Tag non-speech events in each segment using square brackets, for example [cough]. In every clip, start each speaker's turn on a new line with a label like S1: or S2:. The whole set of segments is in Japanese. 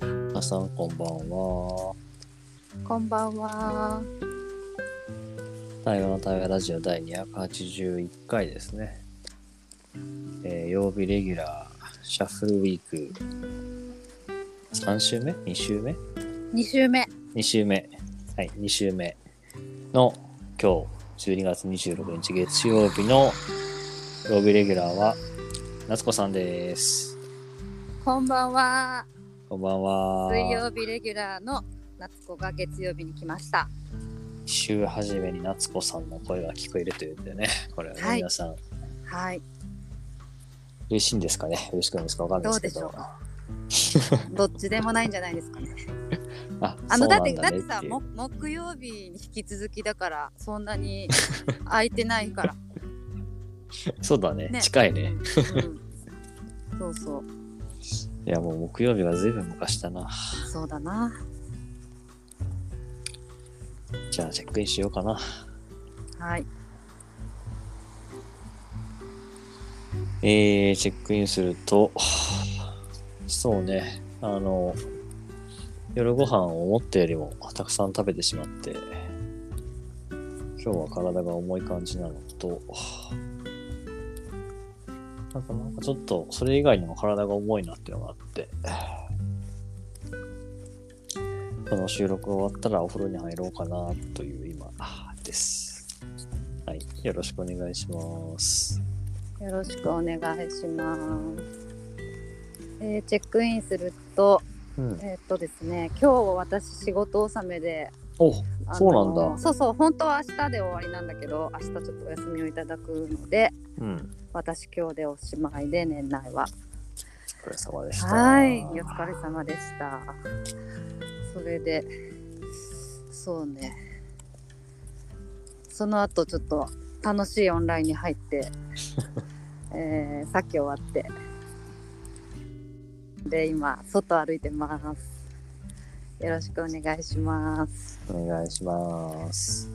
S1: 皆さんこんばんは。
S2: こんばんは。
S1: 対話の対話ラジオ第281回ですね。えー曜日レギュラー、シャッフルウィーク、3週目 ?2 週目
S2: 二週目。
S1: ?2 週目。はい、2週目の今日、12月26日月曜日の曜日レギュラーは、夏子さんです。
S2: こんばんは。
S1: こんばんは。
S2: 水曜日レギュラーの夏子が月曜日に来ました。
S1: 週初めに夏子さんの声が聞こえるというんでね、これはね、
S2: はい
S1: 皆さん
S2: はい。
S1: 嬉しいんですかね嬉しくないんですかわかんないですけど。
S2: どうでしどっちでもないんじゃないですかね。
S1: あ
S2: あのだってだ
S1: だ
S2: ってさ、も木曜日に引き続きだからそん
S1: [laughs]
S2: なに空いてないから。
S1: そうだね
S2: ね
S1: 近い
S2: うん
S1: ね。
S2: うんそうそう。
S1: いやもう木曜日がずいぶん昔だな。
S2: そうだな。
S1: じゃあチェックインしようかな。
S2: はい。
S1: えー、チェックインすると、そうね、あの、夜ご飯を思ったよりもたくさん食べてしまって、今日は体が重い感じなのと、なんかなんかちょっとそれ以外にも体が重いなっていうのがあって、この収録終わったらお風呂に入ろうかなという今です。はい、よろしくお願いします。
S2: よろしくお願いします。えーチェックインすると、
S1: うん
S2: えーっとですね、今日私仕事納めで、
S1: お
S2: あの
S1: そうなんだ。
S2: そうそう本当は明日で終わりなんだけど明日ちょっとお休みをいただくので
S1: うん。
S2: 私今日でおしまいで年内は
S1: お疲れ様でした。
S2: はいお疲れ様でしたそれでそうねその後ちょっと楽しいオンラインに
S1: [laughs]
S2: 入って、えーさっき終わってで今外歩いてますよろしくお願いします
S1: お願いします。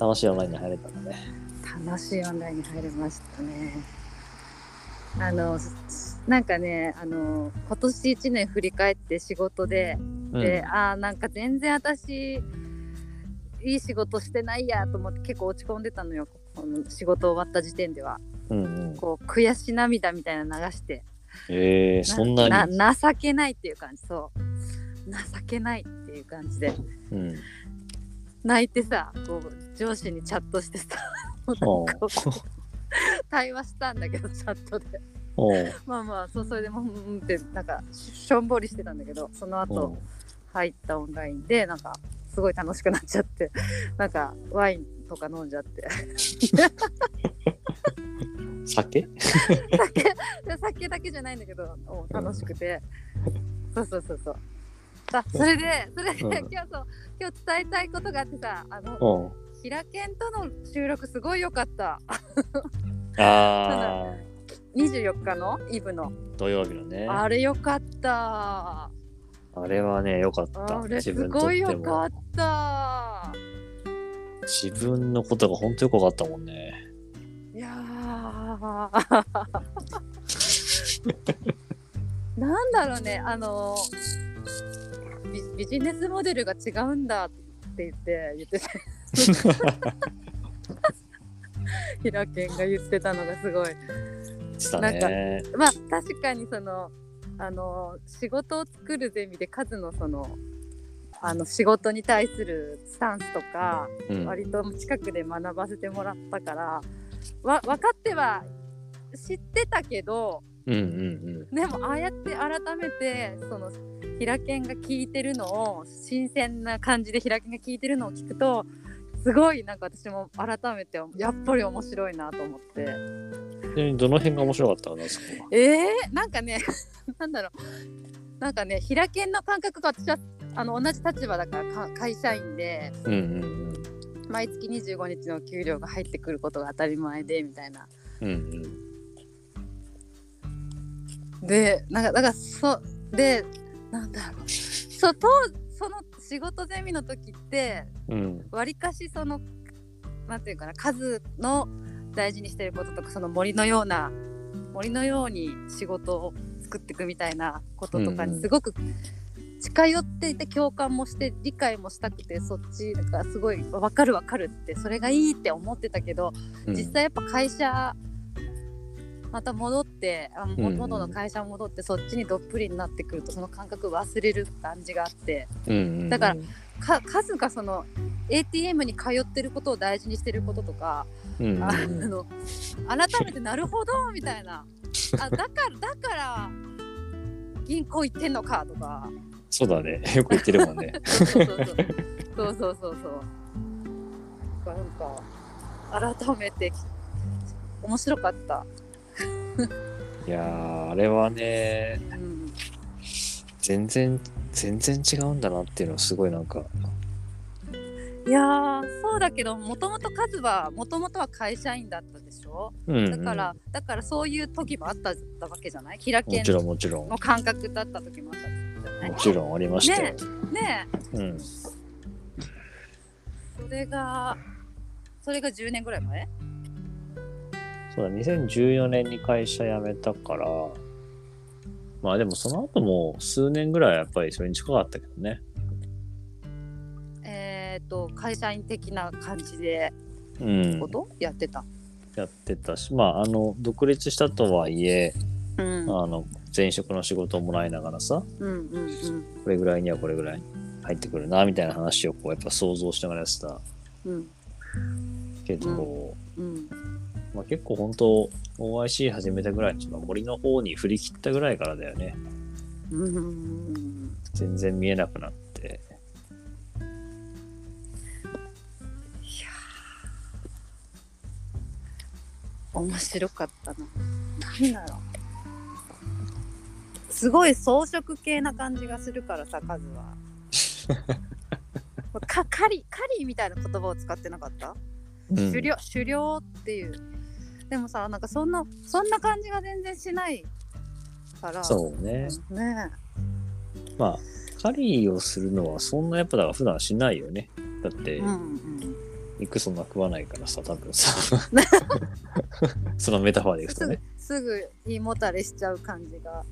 S1: 楽しいオンラインに入れたのね。
S2: 楽しいオンラインに入れましたね。あのなんかねあの今年1年振り返って仕事で、であーなんか全然私いい仕事してないやと思って結構落ち込んでたのよこの仕事終わった時点では
S1: うん。うんうん。
S2: こう悔し涙みたいなの流して
S1: えー、そんなに。
S2: な情けないっていう感じそう情けないっていう感じで
S1: うん。
S2: 泣いてさこう上司にチャットしてさなんか
S1: おう
S2: 対話したんだけどチャットで
S1: おう
S2: まあまあそうそれでもうんうんってなんかししょんぼりしてたんだけどその
S1: お
S2: 後
S1: う
S2: 入ったオンラインでなんかすごい楽しくなっちゃって [laughs] なんかワインとか飲んじゃって
S1: 酒
S2: 酒で酒だけじゃないんだけどお楽しくて、そうそうそうそうさそれでそれで、
S1: うん
S2: 今日そう今日伝えたいことがあってさあの
S1: おう
S2: 平健との収録すごい良かった
S1: あ
S2: 24日のイブの
S1: ー、土曜日のね。あ
S2: あれ良かった
S1: れはね、良かった。
S2: あれ
S1: 自
S2: す
S1: 分にとっ
S2: ごい
S1: て
S2: 良か
S1: も
S2: っ。た
S1: 自分のことが本当よく分かったもんね。
S2: いやーなんだろうねあのビビジネスモデルが違うんだって言って言ってた平健が言ってたのがすごい
S1: した
S2: なんか
S1: ね。
S2: まあ確かにそのあの仕事を作るゼミで数のそのあの仕事に対するスタンスとか
S1: うん。
S2: 割と近くで学ばせてもらったからわ分かっては知ってたけど
S1: うんうん
S2: でもああやって改めてその平健が聞いてるのを新鮮な感じで平健が聞いてるのを聞くとすごいなんか私も改めてやっぱり面白いなと思って。
S1: うん。ちなみにどの辺が面白かったの夏子は
S2: えー、なんかね [laughs] なんだろうなんかね平研の感覚が私はあの同じ立場だからか会社員で
S1: うんうん
S2: 毎月25日の給料が入ってくることが当たり前でみたいな
S1: うん。うんうん。
S2: でなんかだからそでなんだろう [laughs] そう当その仕事ゼミの時って
S1: うん。
S2: わりかしそのなんていうかな数の大事にしてることとかその森のような森のように仕事を作っていくみたいなこととかにすごく近寄っていて共感もして理解もしたくてそっちがすごい分かる分かるってそれがいいって思ってたけど
S1: うん
S2: 実際やっぱ会社また戻ってあも
S1: うん
S2: 元の会社戻ってそっちにどっぷりになってくるとその感覚忘れる感じがあって
S1: うんうん
S2: だからか数がその ATM に通ってることを大事にしてることとか
S1: うんうん
S2: あの改めてなるほどみたいなあだからだから銀行行ってんのかとか
S1: そうだね [laughs] よく言ってるもんね
S2: そうそうそうそうそうそうそうなんか改めて面白かった、
S1: いやーあれはね
S2: うん、
S1: 全然全然違うんだなっていうのはすごいなんか
S2: いやーそうだけどもともとカズはもともとは会社員だったでしょ
S1: うんうん
S2: だから、だからそういう時もあったったわけじゃないキラケ
S1: も
S2: ン
S1: ちろんもちろん
S2: の感覚だった時もあったじゃない
S1: もちろんありましたよ、
S2: ねねえ
S1: うん
S2: それがそれが10年ぐらい前
S1: そうだ2014年に会社辞めたからまあでもその後も数年ぐらいはやっぱりそれに近かったけどね
S2: えっ、と会社員的な感じで
S1: うん
S2: こと、やってた
S1: やってたしまああの独立したとはいえ
S2: うんうん
S1: あの前職の仕事をもらいながらさ
S2: うんうん
S1: これぐらいにはこれぐらい入ってくるなみたいな話をこうやっぱ想像しながらやってた
S2: うん
S1: けど、
S2: うん
S1: まあ、結構本当 OIC 始めたぐらいの人は森の方に振り切ったぐらいからだよね
S2: うん
S1: 全然見えなくなって
S2: 面白かったな。何だろう。すごい装飾系な感じがするからさ、カズ
S1: [laughs]
S2: は。かカリカリみたいな言葉を使ってなかった、
S1: うん
S2: 狩猟狩猟っていうでもさなんかそんなそんな感じが全然しないから
S1: そうね
S2: ね
S1: まあ狩りをするのはそんなやっぱだから普段しないよねだって
S2: えうんうん
S1: 肉そんな食わないからさ多分
S2: [laughs]
S1: さ [laughs] そのメタファーでいく
S2: す
S1: と
S2: ぐ
S1: ね
S2: すぐ胃もたれしちゃう感じが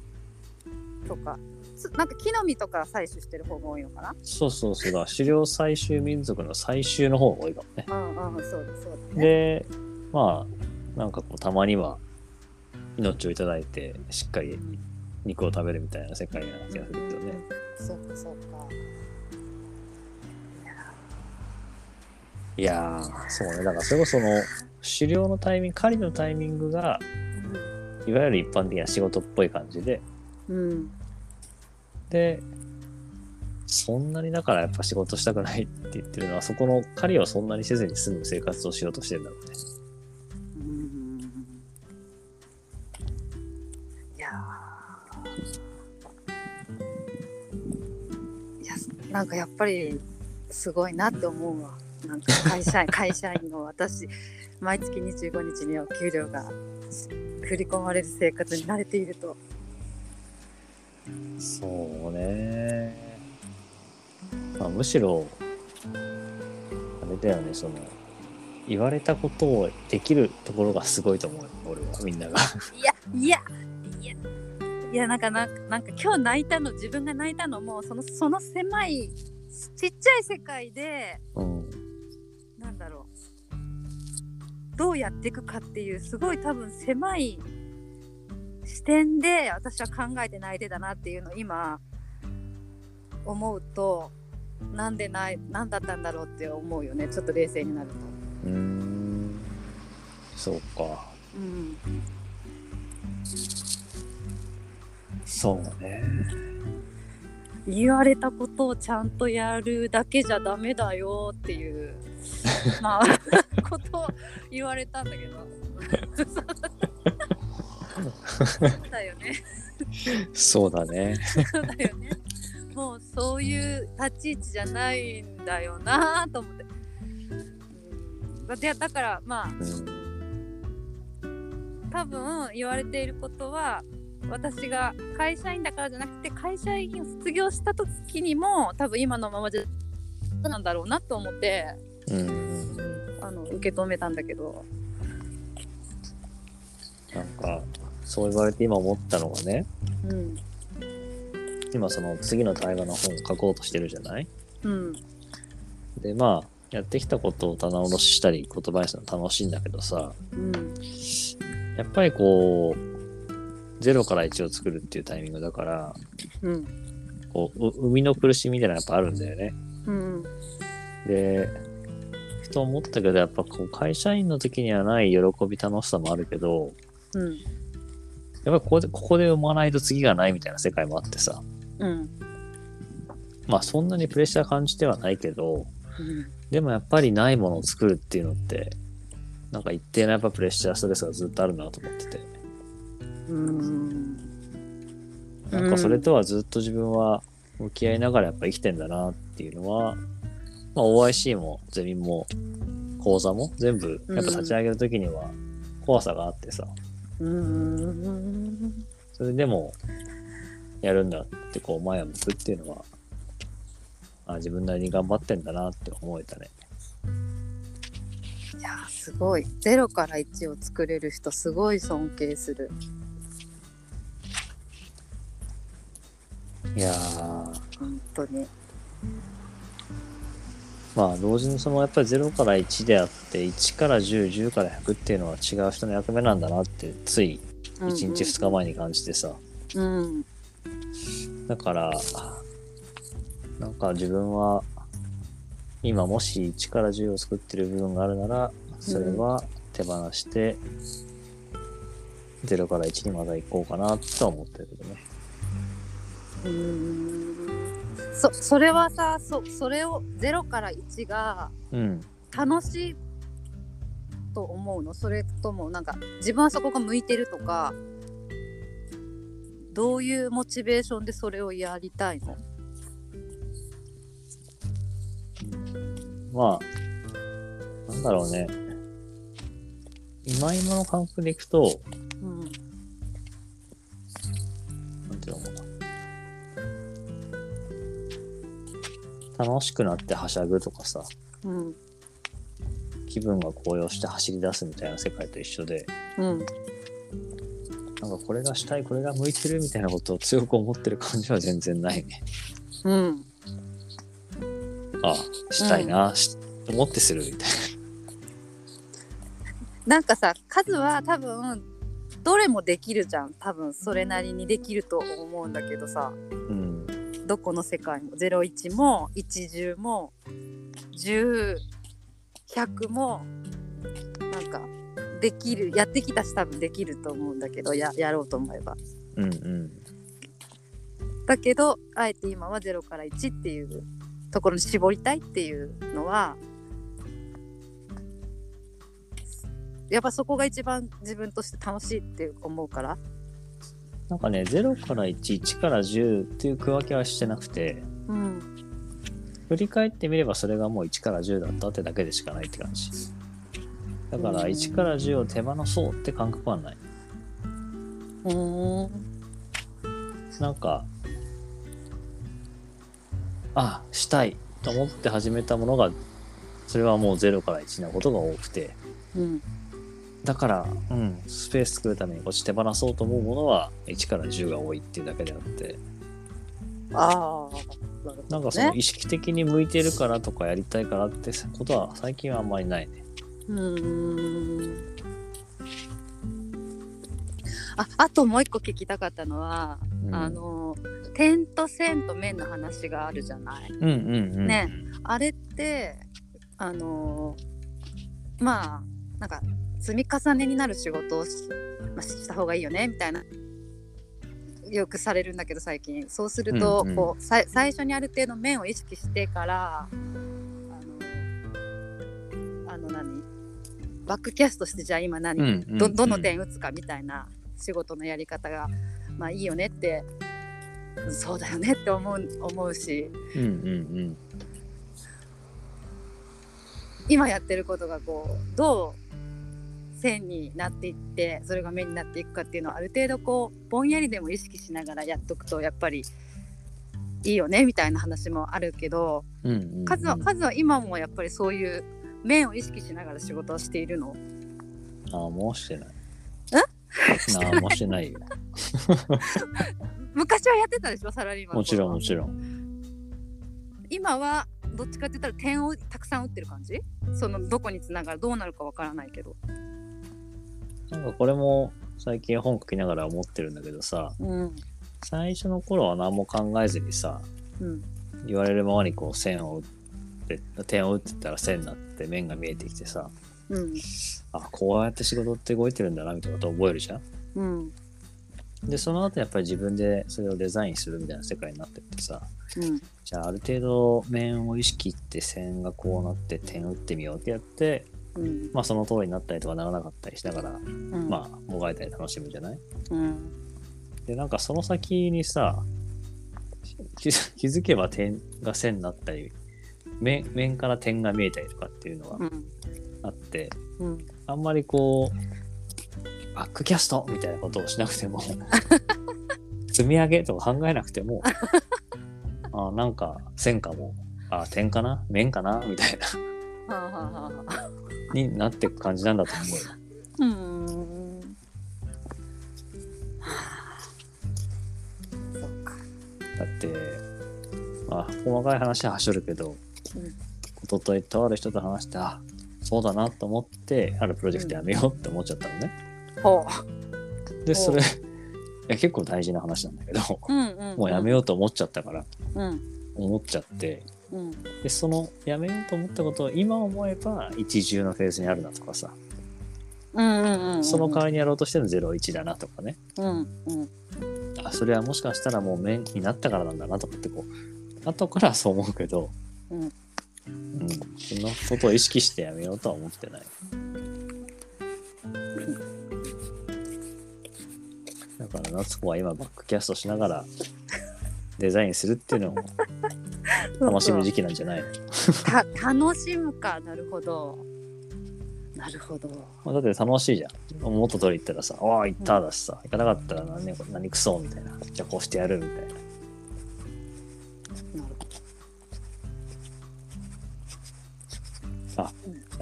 S2: とかつなんか木の実とか採取してる方が多いのかな
S1: そうそうそうだから狩猟採集民族の最終の方が多いかもね
S2: うんうんそうだそうだね。
S1: でまあなんかこうたまには命をいただいてしっかり肉を食べるみたいな世界な気がするけどね。
S2: そうかそうか。
S1: いやーそうねだからそれこそその狩猟のタイミング狩りのタイミングがいわゆる一般的な仕事っぽい感じで
S2: うん。
S1: でそんなにだからやっぱ仕事したくないって言ってるのはそこの狩りをそんなにせずに済む生活をしようとしてるんだろうね。
S2: うん。いやー。いや、なんかやっぱりすごいなって思うわ。なんか会社員会社員の私、毎月25日にお給料が振り込まれる生活に慣れていると。
S1: そうね、まあ、むしろあれだよねその言われたことをできるところがすごいと思うよ俺はみんなが
S2: いやいやいやいやなんかなんかなんか今日泣いたの自分が泣いたのもそのその狭いちっちゃい世界で
S1: うん
S2: なんだろうどうやっていくかっていうすごい多分狭い視点で私は考えて泣いてたなっていうのを今思うとなんでないなんだったんだろうって思うよねちょっと冷静になると。
S1: うーんそうか
S2: うん
S1: そうね
S2: 言われたことをちゃんとやるだけじゃダメだよっていうまあことを言われたんだけどそうだよね
S1: そうだね
S2: そうだよねもうそういう立ち位置じゃないんだよなと思ってうんでだからまあ
S1: うん
S2: 多分言われていることは私が会社員だからじゃなくて会社員を卒業した時にも多分今のままじゃなんだろうなと思って
S1: うんうんうん
S2: あの受け止めたんだけど
S1: なんかそう言われて今思ったのがね、
S2: うん
S1: 今その次の対話の本を書こうとしてるじゃない
S2: うん
S1: で、まあ、やってきたことを棚卸ししたり言葉にするの楽しいんだけどさ、
S2: うん
S1: やっぱりこう、0から1を作るっていうタイミングだから、
S2: うん
S1: こう、う生みの苦しみみたいなのやっぱあるんだよね。
S2: うん
S1: で、ふと思ったけど、やっぱこう、会社員の時にはない喜び楽しさもあるけど、
S2: うん
S1: やっぱりここで、ここで生まないと次がないみたいな世界もあってさ、
S2: うん
S1: まあそんなにプレッシャー感じてはないけど、
S2: うん
S1: でもやっぱりないものを作るっていうのって、なんか一定のやっぱプレッシャー、ストレスがずっとあるなと思ってて。
S2: うん
S1: なんかそれとはずっと自分は向き合いながらやっぱ生きてんだなっていうのは、まあ、OIC もゼミも講座も全部やっぱ立ち上げる時には怖さがあってさ、
S2: うん
S1: それでもやるんだってこう前を向くっていうのは、あ自分なりに頑張ってんだなって思えたね。
S2: いやーすごいゼロから一を作れる人すごい尊敬する
S1: いやー、
S2: 本当に
S1: まあ同時にそのやっぱり0から1であって、1から10、10から100っていうのは違う人の役目なんだなってつい1日2日前に感じてさ、
S2: うん
S1: だから、なんか自分は、今もし1から10を作ってる部分があるなら、それは手放して、0から1にまた行こうかなとは思ってるけどね。
S2: うんそそれはさそそれをゼロから一が
S1: うん。
S2: 楽しいと思うのそれともなんか自分はそこが向いてるとかどういうモチベーションでそれをやりたいの
S1: まあ、なんだろうね。今今の感覚でいくと、
S2: うん
S1: なんていうのかな。楽しくなってはしゃぐとかさ、
S2: うん
S1: 気分が高揚して走り出すみたいな世界と一緒で、
S2: うん
S1: なんかこれがしたい、これが向いてるみたいなことを強く思ってる感じは全然ないね。
S2: うん
S1: ああしたいな、し思ってするみたい
S2: なんかさ数は多分どれもできるじゃん多分それなりにできると思うんだけどさ
S1: な。うん。
S2: どこの世界も01も10も10100もなんかできるやってきたし多分できると思うんだけどややろうと思えば
S1: うんうん。
S2: だけどあえて今は0から1っていうところに絞りたいっていうのはやっぱそこが一番自分として楽しいって思うから
S1: なんかね、0から1、1から10っていう区分けはしてなくて、
S2: うん
S1: 振り返ってみればそれがもう1から10だったってだけでしかないって感じ。だから
S2: うん
S1: 1から10を手放そうって感覚はない。
S2: うん
S1: なんか、ああ、したいと思って始めたものが、それはもう0から1なことが多くて、
S2: うん
S1: だから、うん、スペース作るためにこっち手放そうと思うものは1から10が多いっていうだけであって
S2: ああなるほどね
S1: なんかその意識的に向いてるからとかやりたいからってことは最近はあんまりないね
S2: うーんああともう一個聞きたかったのは、
S1: うん
S2: あの点と線と面の話があるじゃない。
S1: うんうんうん
S2: ねあれってあのまあなんか積み重ねになる仕事をし,、まあ、した方がいいよねみたいなよくされるんだけど最近そうすると、
S1: うんうん
S2: こうさい最初にある程度面を意識してからあのあの何バックキャストしてじゃあ今何、
S1: うんうんうん
S2: どどの点打つかみたいな仕事のやり方がまあいいよねってうんそうだよねって思う思うし
S1: うんうん
S2: 今やってることがこうどう線になっていってそれが目になっていくかっていうのはある程度こうぼんやりでも意識しながらやっとくとやっぱりいいよねみたいな話もあるけど
S1: うんうんうんうん
S2: 数は数は今もやっぱりそういう面を意識しながら仕事をしているの
S1: [laughs] ああもうしてない何もして
S2: [laughs]
S1: ないよ。
S2: 昔はやってたでしょサラリーマン
S1: もちろんもちろん。
S2: 今はどっちかって言ったら点をたくさん打ってる感じそのどこにつながるどうなるかわからないけど
S1: なんかこれも最近本書きながら思ってるんだけどさ、
S2: うん
S1: 最初の頃は何も考えずにさ、
S2: うん
S1: 言われるままにこう線を打って、点を打ってったら線になって面が見えてきてさ、
S2: うん
S1: あ、こうやって仕事って動いてるんだなみたいなことを覚えるじゃん。
S2: うん
S1: で、その後やっぱり自分でそれをデザインするみたいな世界になってってさ、
S2: うん
S1: じゃあある程度面を意識って線がこうなって点打ってみようってやって、
S2: うん
S1: まあその通りになったりとかならなかったりしながら、
S2: うん
S1: まあもがいたり楽しむじゃない
S2: うん
S1: で、なんかその先にさ、気づ気づけば点が線になったり、面面から点が見えたりとかっていうのが
S2: うん
S1: あって、
S2: うん
S1: あんまりこう、バックキャストみたいなことをしなくても、 [laughs] 積み上げとか考えなくて
S2: [laughs]
S1: も、あなんか線かも、あ点かな面かなみたいな、
S2: はあはあはあはあ
S1: になっていく感じなんだと思うよ。
S2: うーんはあそっか
S1: だって、まあ、細かい話ははしょるけど、
S2: うん
S1: 一昨日とある人と話して、あそうだなと思って、あるプロジェクトやめようって思っちゃったのね。
S2: ほ
S1: で、それ、
S2: お
S1: いや結構大事な話なんだけど、
S2: ううんうん
S1: もうやめ
S2: よ
S1: ようと思っちゃったから、
S2: うん
S1: 思っちゃって、
S2: うん
S1: でそのやめようと思ったことを今思えば一重のフェーズにあるなとかさ
S2: うんうんうん
S1: その代わりにやろうとしてるの01だなとかね
S2: うんうん
S1: あそれはもしかしたらもう面になったからなんだなとかってこう後からはそう思うけど、
S2: うん
S1: うん、そんなことを意識してやめようとは思ってないだから夏子は今バックキャストしながらデザインするっていうのを楽しむ時期なんじゃないの
S2: た楽しむかなるほどなるほど
S1: まあ、だって楽しいじゃん。元取り行ったらさ、ああ、行っただしさ、行かなかったら何,、ね、何くそみたいな。じゃあこうしてやるみたいな。
S2: なる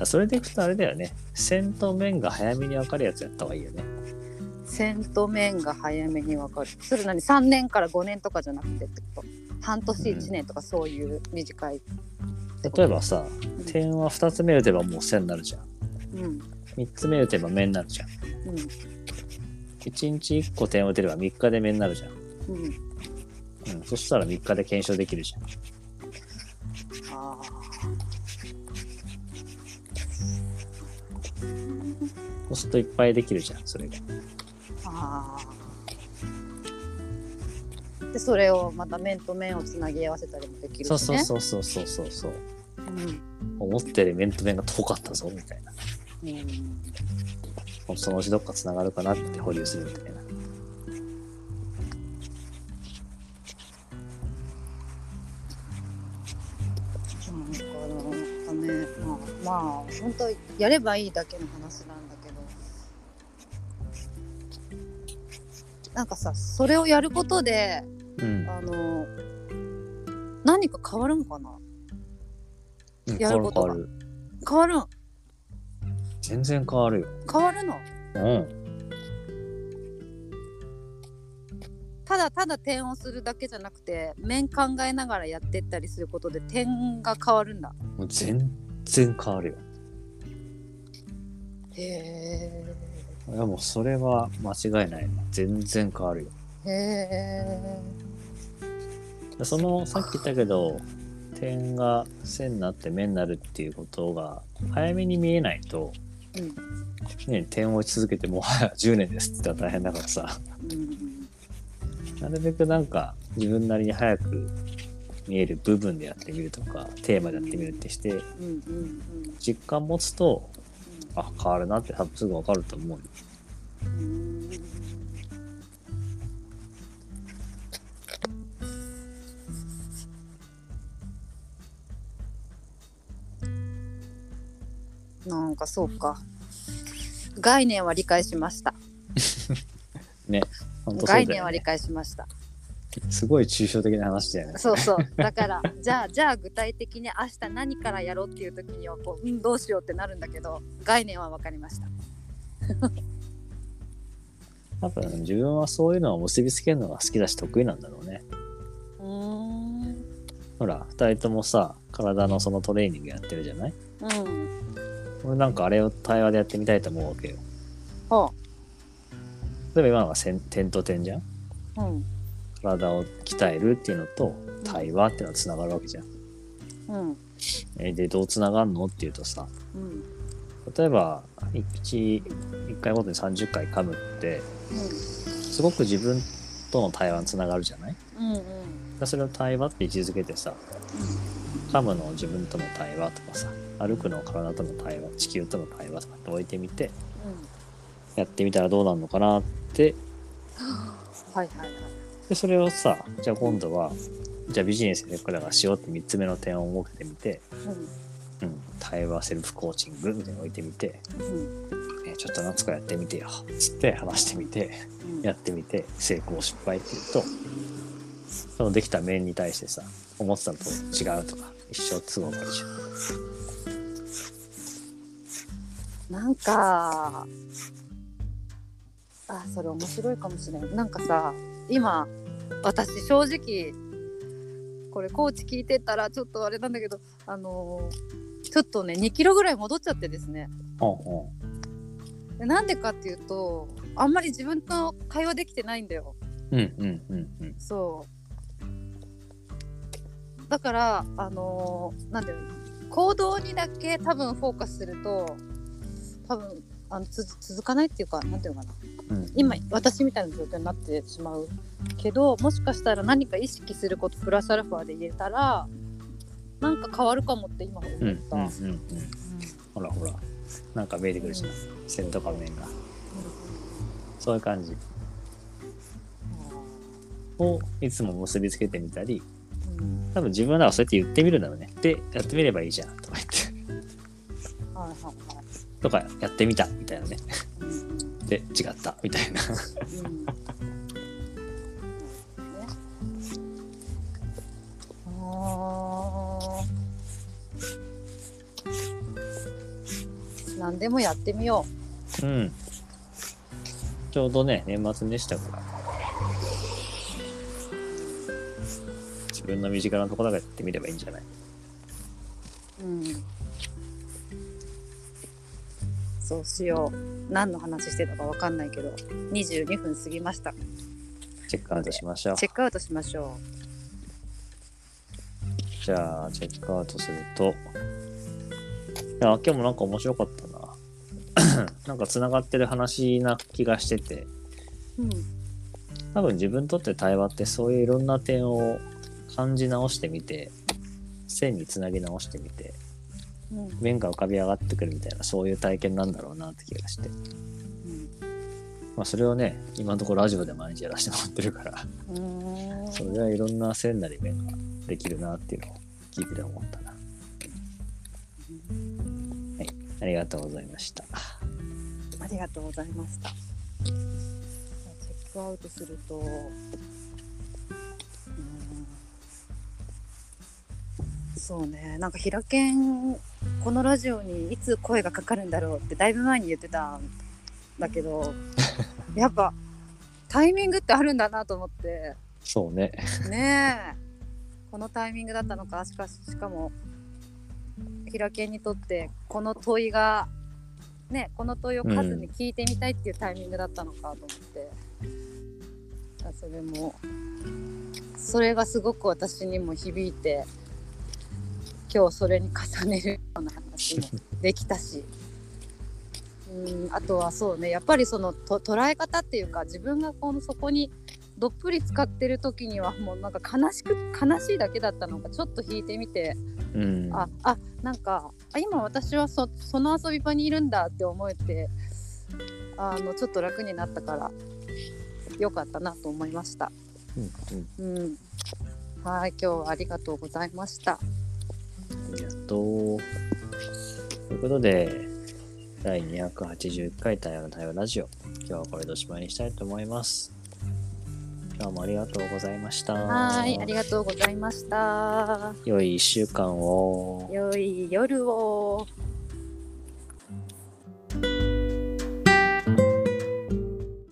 S1: あそれでいくとあれだよね。線と面が早めに分かるやつやった方がいいよね。
S2: 線と面が早めにわかるそれ何3年から5年とかじゃなくてってこと半年
S1: うん
S2: 1年とかそういう短い、
S1: 例えばさ、点は2つ目打てばもう線になるじゃん。
S2: うんうん
S1: 3つ目打てば面になるじゃん。1日1個点を打てれば3日で面になるじゃん。
S2: う
S1: う
S2: ん
S1: ん、そしたら3日で検証できるじゃん。
S2: あ
S1: そうするといっぱいできるじゃん、それが。
S2: ーあーでそれをまた面と面をつなぎ合わせたりもできるし、ね、
S1: そうそうそうそうそうそうそう。
S2: うん、
S1: 思ったより面と面が遠かったぞ、みたいな。
S2: うん、
S1: そのうちどっか繋がるかなって保留するみたいな。
S2: なんかなんかね、まあ、まあ、本当やればいいだけの話なんだけど。なんかさ、それをやることで、
S1: うん。
S2: あの。何か変わるんかな。
S1: うん
S2: やることが
S1: 変わる
S2: 変わるん、
S1: 全然変わるよ。
S2: 変わるの。
S1: うん。
S2: ただただ点をするだけじゃなくて、面考えながらやってったりすることで、点が変わるんだ。
S1: もう全然変わるよ。
S2: へえ。
S1: いやもうそれは間違いない。全然変わるよ。
S2: へえ。
S1: でそのさっき言ったけど、点が線になって面になるっていうことが早めに見えないと、
S2: うん
S1: ね、点を追い続けてもうはや10年ですって言ったら大変だからさ、
S2: うん。
S1: なるべくなんか自分なりに早く見える部分でやってみるとか、テーマでやってみるってして、
S2: うん。うん。うん
S1: 実感持つと、あ、変わるなって多分すぐわかると思うよ。
S2: うん。なんかそうか。概念は理解しました。
S1: 本当そうだよ
S2: 概
S1: ね
S2: 念は理解しました。
S1: すごい抽象的な話だよね。
S2: そうそう。だから、じゃあ、じゃあ具体的に明日何からやろうっていう時にはこう、うん、どうしようってなるんだけど、概念は分かりました。
S1: やっぱ自分はそういうのは結びつけるのが好きだし得意なんだろうね。
S2: うん
S1: ほら、二人ともさ、体のそのトレーニングやってるじゃない
S2: うん
S1: 俺なんかあれを対話でやってみたいと思うわけよ。
S2: ほ
S1: 例えば今のがせん点と点じゃん
S2: ううん
S1: 体を鍛えるっていうのと対話っていうのがつながるわけじゃん。
S2: うん
S1: えで、どうつながるのっていうとさ、
S2: うんうん
S1: 例えば1、1回ごとに30回噛むって、すごく自分との対話につながるじゃない
S2: うんうん
S1: それを対話って位置づけてさ、噛むのを自分との対話とかさ、歩くのを体との対話、地球との対話とかって置いてみて、やってみたらどうなるのかなって、
S2: はいはいはい
S1: で、それをさ、じゃあ今度は、じゃあビジネスでこれがしようって3つ目の点を設けてみて、うん、対話セルフコーチングみたいに置いてみて、
S2: うんうん
S1: えちょっと夏子やってみてよ、つって話してみて、
S2: うん
S1: やってみて、成功失敗っていうと、そのできた面に対してさ、思ってたのと違うとか、一生都合がいいじゃん。
S2: なんかあそれ面白いかもしれないなんかさ今私正直これコーチ聞いてたらちょっとあれなんだけどあのーちょっとね2キロぐらい戻っちゃってですね
S1: ほんほ
S2: でなんでかっていうとあんまり自分と会話できてないんだよ
S1: ん。うんうんうんうん。
S2: そうだからあのーなんていうの行動にだけ多分フォーカスすると多分あのつ続かないっていうかなんていうのかな
S1: うん
S2: 今私みたいな状況になってしまうけどもしかしたら何か意識することプラスアルファで言えたらなんか変わるかもって今思った、
S1: うんうんうんうん。ほらほら、なんか見えてくるじゃん。線とか面が。そういう感じをいつも結びつけてみたり、
S2: うん
S1: 多分自分らはそうやって言ってみるんだろうね。で、やってみればいいじゃんとか言って、 [laughs]
S2: はいはいはい
S1: とかやってみたみたいなね。
S2: うん
S1: で、違ったみたいな。 [laughs]
S2: うんあー何でもやってみよ、
S1: うん。ちょうどね、年末でしたから。自分の身近なところだけやってみればいいんじゃないう
S2: うん、そうしよう何の話してたかわかんないけど22分過ぎました
S1: チェックアウトしましょう。
S2: チェックアウトしましょ
S1: じゃあ、チェックアウトすると。いや、今日もなんか面白かったな。なん [clears throat] か繋がってる話な気がしてて、
S2: う、うん、
S1: 多分自分にとって対話ってそういういろんな点を感じ直してみて、線につなぎ直してみて、
S2: うん
S1: 面が浮かび上がってくるみたいな、そういう体験なんだろうなって気がして。まあ、それをね、今のところラジオで毎日やらせてもらってるから、
S2: うん、う
S1: そ
S2: ーん
S1: れはいろんな線なり面ができるなっていうのを聞いてて思ったな。はい、ありがとうございました。
S2: ありがとうございました。じゃあチェックアウトすると、うーんそうね、なんか平健このラジオにいつ声がかかるんだろうってだいぶ前に言ってたんだけど、やっぱタイミングってあるんだなと思って、
S1: そうね。
S2: ねえ、このタイミングだったのか、しかししかも平健にとってこの問いが。ね、この問いを数に聞いてみたいっていうタイミングだったのかと思って、だからそれもそれがすごく私にも響いて今日それに重ねるような話もできたしうんあとはそうねやっぱりそのと捉え方っていうか自分がこのそこにどっぷり使ってる時にはもうなんか悲しく悲しいだけだったのがちょっと引いてみて
S1: うん。
S2: ああなんかあ今私はそその遊び場にいるんだって思えてあのちょっと楽になったから良かったなと思いました。
S1: うんうん
S2: うん、はい今日はありがとうございました。
S1: ありがとう。ということで、第281回対話の対話ラジオ、今日はこれでおしまいにしたいと思います。今日もありがとうございました。
S2: はいありがとうございました。
S1: 良い1週間を。
S2: 良い夜を。